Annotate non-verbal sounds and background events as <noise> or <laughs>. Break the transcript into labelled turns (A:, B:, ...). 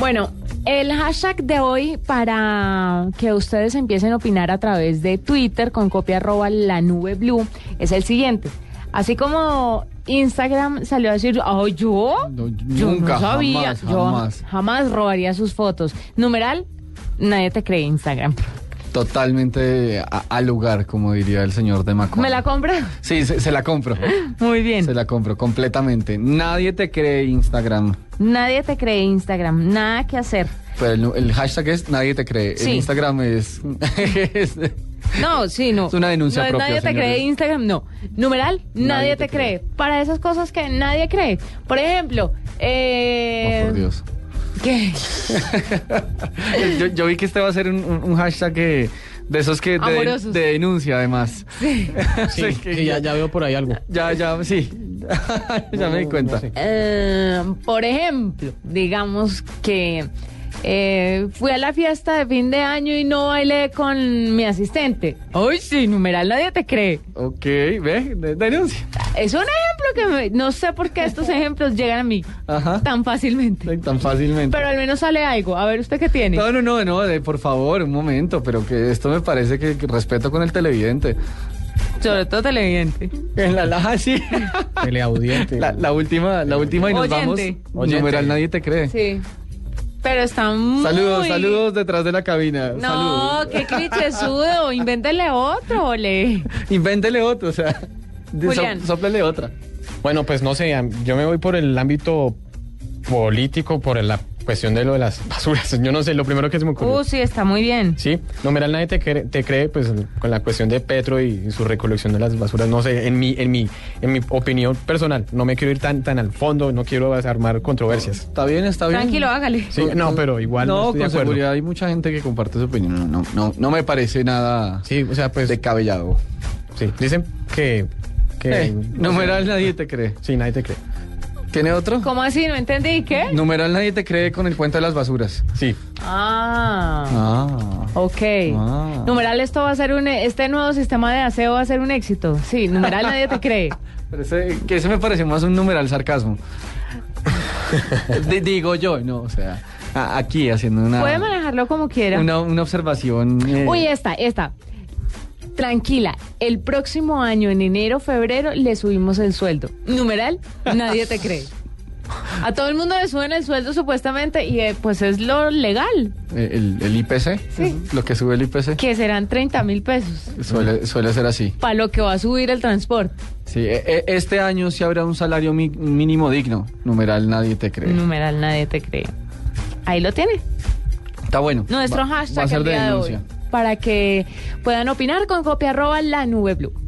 A: Bueno, el hashtag de hoy para que ustedes empiecen a opinar a través de Twitter con copia arroba la nube blue es el siguiente. Así como Instagram salió a decir, oh, yo,
B: No,
A: yo
B: nunca,
A: no sabía,
B: jamás,
A: yo
B: jamás".
A: jamás robaría sus fotos. Numeral, nadie te cree Instagram.
B: Totalmente a- al lugar, como diría el señor de Macor.
A: ¿Me la compra?
B: Sí, se, se la compro.
A: Muy bien.
B: Se la compro completamente. Nadie te cree Instagram.
A: Nadie te cree Instagram, nada que hacer.
B: Pero el, el hashtag es nadie te cree.
A: Sí.
B: El Instagram es, <laughs> es-
A: No, sí, no.
B: Es una denuncia
A: No es
B: propia,
A: Nadie te
B: señores.
A: cree Instagram, no. Numeral, nadie, te, cree. Para esas cosas que nadie cree. Por ejemplo, eh,
B: Oh, por Dios.
A: ¿qué?
B: Yo, yo vi que este va a ser un, un- un hashtag que- de esos que de,
A: Amorosos.
B: de denuncia, además. <laughs>
C: Sí,
B: Sí, que
C: que ya, ya veo por
B: <laughs>
C: ahí algo.
B: Ya, ya, sí. ya me di cuenta.
A: Eh, por ejemplo, digamos que eh, fui a la fiesta de fin de año y no bailé con mi asistente. Ay, sí, numeral, nadie te cree.
B: Ok, ve, de- denuncia.
A: Es un ejemplo que me- no sé por qué estos ejemplos llegan a mí
B: Ajá.
A: tan fácilmente.
B: Tan fácilmente.
A: Pero al menos sale algo. A ver, ¿usted qué tiene?
B: No, no, no, no, de- por favor, un momento, pero que esto me parece que, que respeto con el televidente.
A: Sobre todo televidente.
B: En la laja, sí. <laughs>
C: Teleaudiente.
B: La, la última, la última y nos
A: Oyente.
B: vamos. Numeral, nadie te cree.
A: Sí. Pero está muy...
B: Saludos, saludos detrás de la cabina.
A: No,
B: Saludos.
A: qué
B: <laughs>
A: clichesudo. Invéntele otro, ole.
B: Invéntele otro, o sea, <laughs> de- so-
A: Julián.
B: sóplale otra.
C: Bueno, pues no sé, yo me voy por el ámbito político, por la cuestión de lo de las <laughs> basuras. Yo no sé, lo primero que se me ocurrió.
A: Uh, sí, está muy bien.
C: Sí, numeral nadie te cree, te cree, pues con la cuestión de Petro y su recolección de las basuras, no sé, en mi, en mi, en mi opinión personal, no me quiero ir tan, tan al fondo, no quiero armar controversias.
B: Está bien, está bien.
A: Tranquilo, ah. hágale.
C: Sí, no, pero igual no,
B: No,
C: estoy de
B: con
C: acuerdo.
B: seguridad hay mucha gente que comparte su opinión. No, no, no, no me parece nada
C: Sí, o sea, pues
B: descabellado.
C: sí, dicen que, que
B: Eh, numeral, nadie te cree.
C: sí, nadie te cree.
B: ¿Tiene otro?
A: ¿Cómo así? No entendí. ¿Qué?
B: Numeral, nadie te cree con el cuento de las basuras.
C: Sí,
A: Ah.
B: Ah.
A: Ok.
B: Ah.
A: Numeral, esto va a ser un... Este nuevo sistema de aseo va a ser un éxito. Sí, numeral, nadie te
B: <laughs>
A: cree.
B: Pero ese, que ese me pareció más un
A: <laughs>
B: numeral sarcasmo. Di- digo yo, no, o sea, a- aquí haciendo una,
A: Puede manejarlo como quiera.
B: una, una observación. eh,
A: Uy, esta, esta. Tranquila, el próximo año, en enero, febrero, le subimos el sueldo. Numeral, nadie te cree. A todo el mundo le suben el sueldo supuestamente y eh, pues es lo legal,
B: eh, el, el IPC,
A: Sí.
B: lo que sube el IPC,
A: que serán 30 mil pesos
B: suele, suele ser así.
A: para lo que va a subir el transporte.
B: Sí, e- e- este año sí habrá un salario mi- mínimo digno. Numeral, nadie te cree.
A: Numeral, nadie te cree. Ahí lo tiene.
B: Está bueno.
A: Nuestro
B: Va-
A: hashtag
B: va a ser
A: el
B: de
A: día de hoy.
B: denuncia.
A: Para que puedan opinar con copia arroba la nube blue.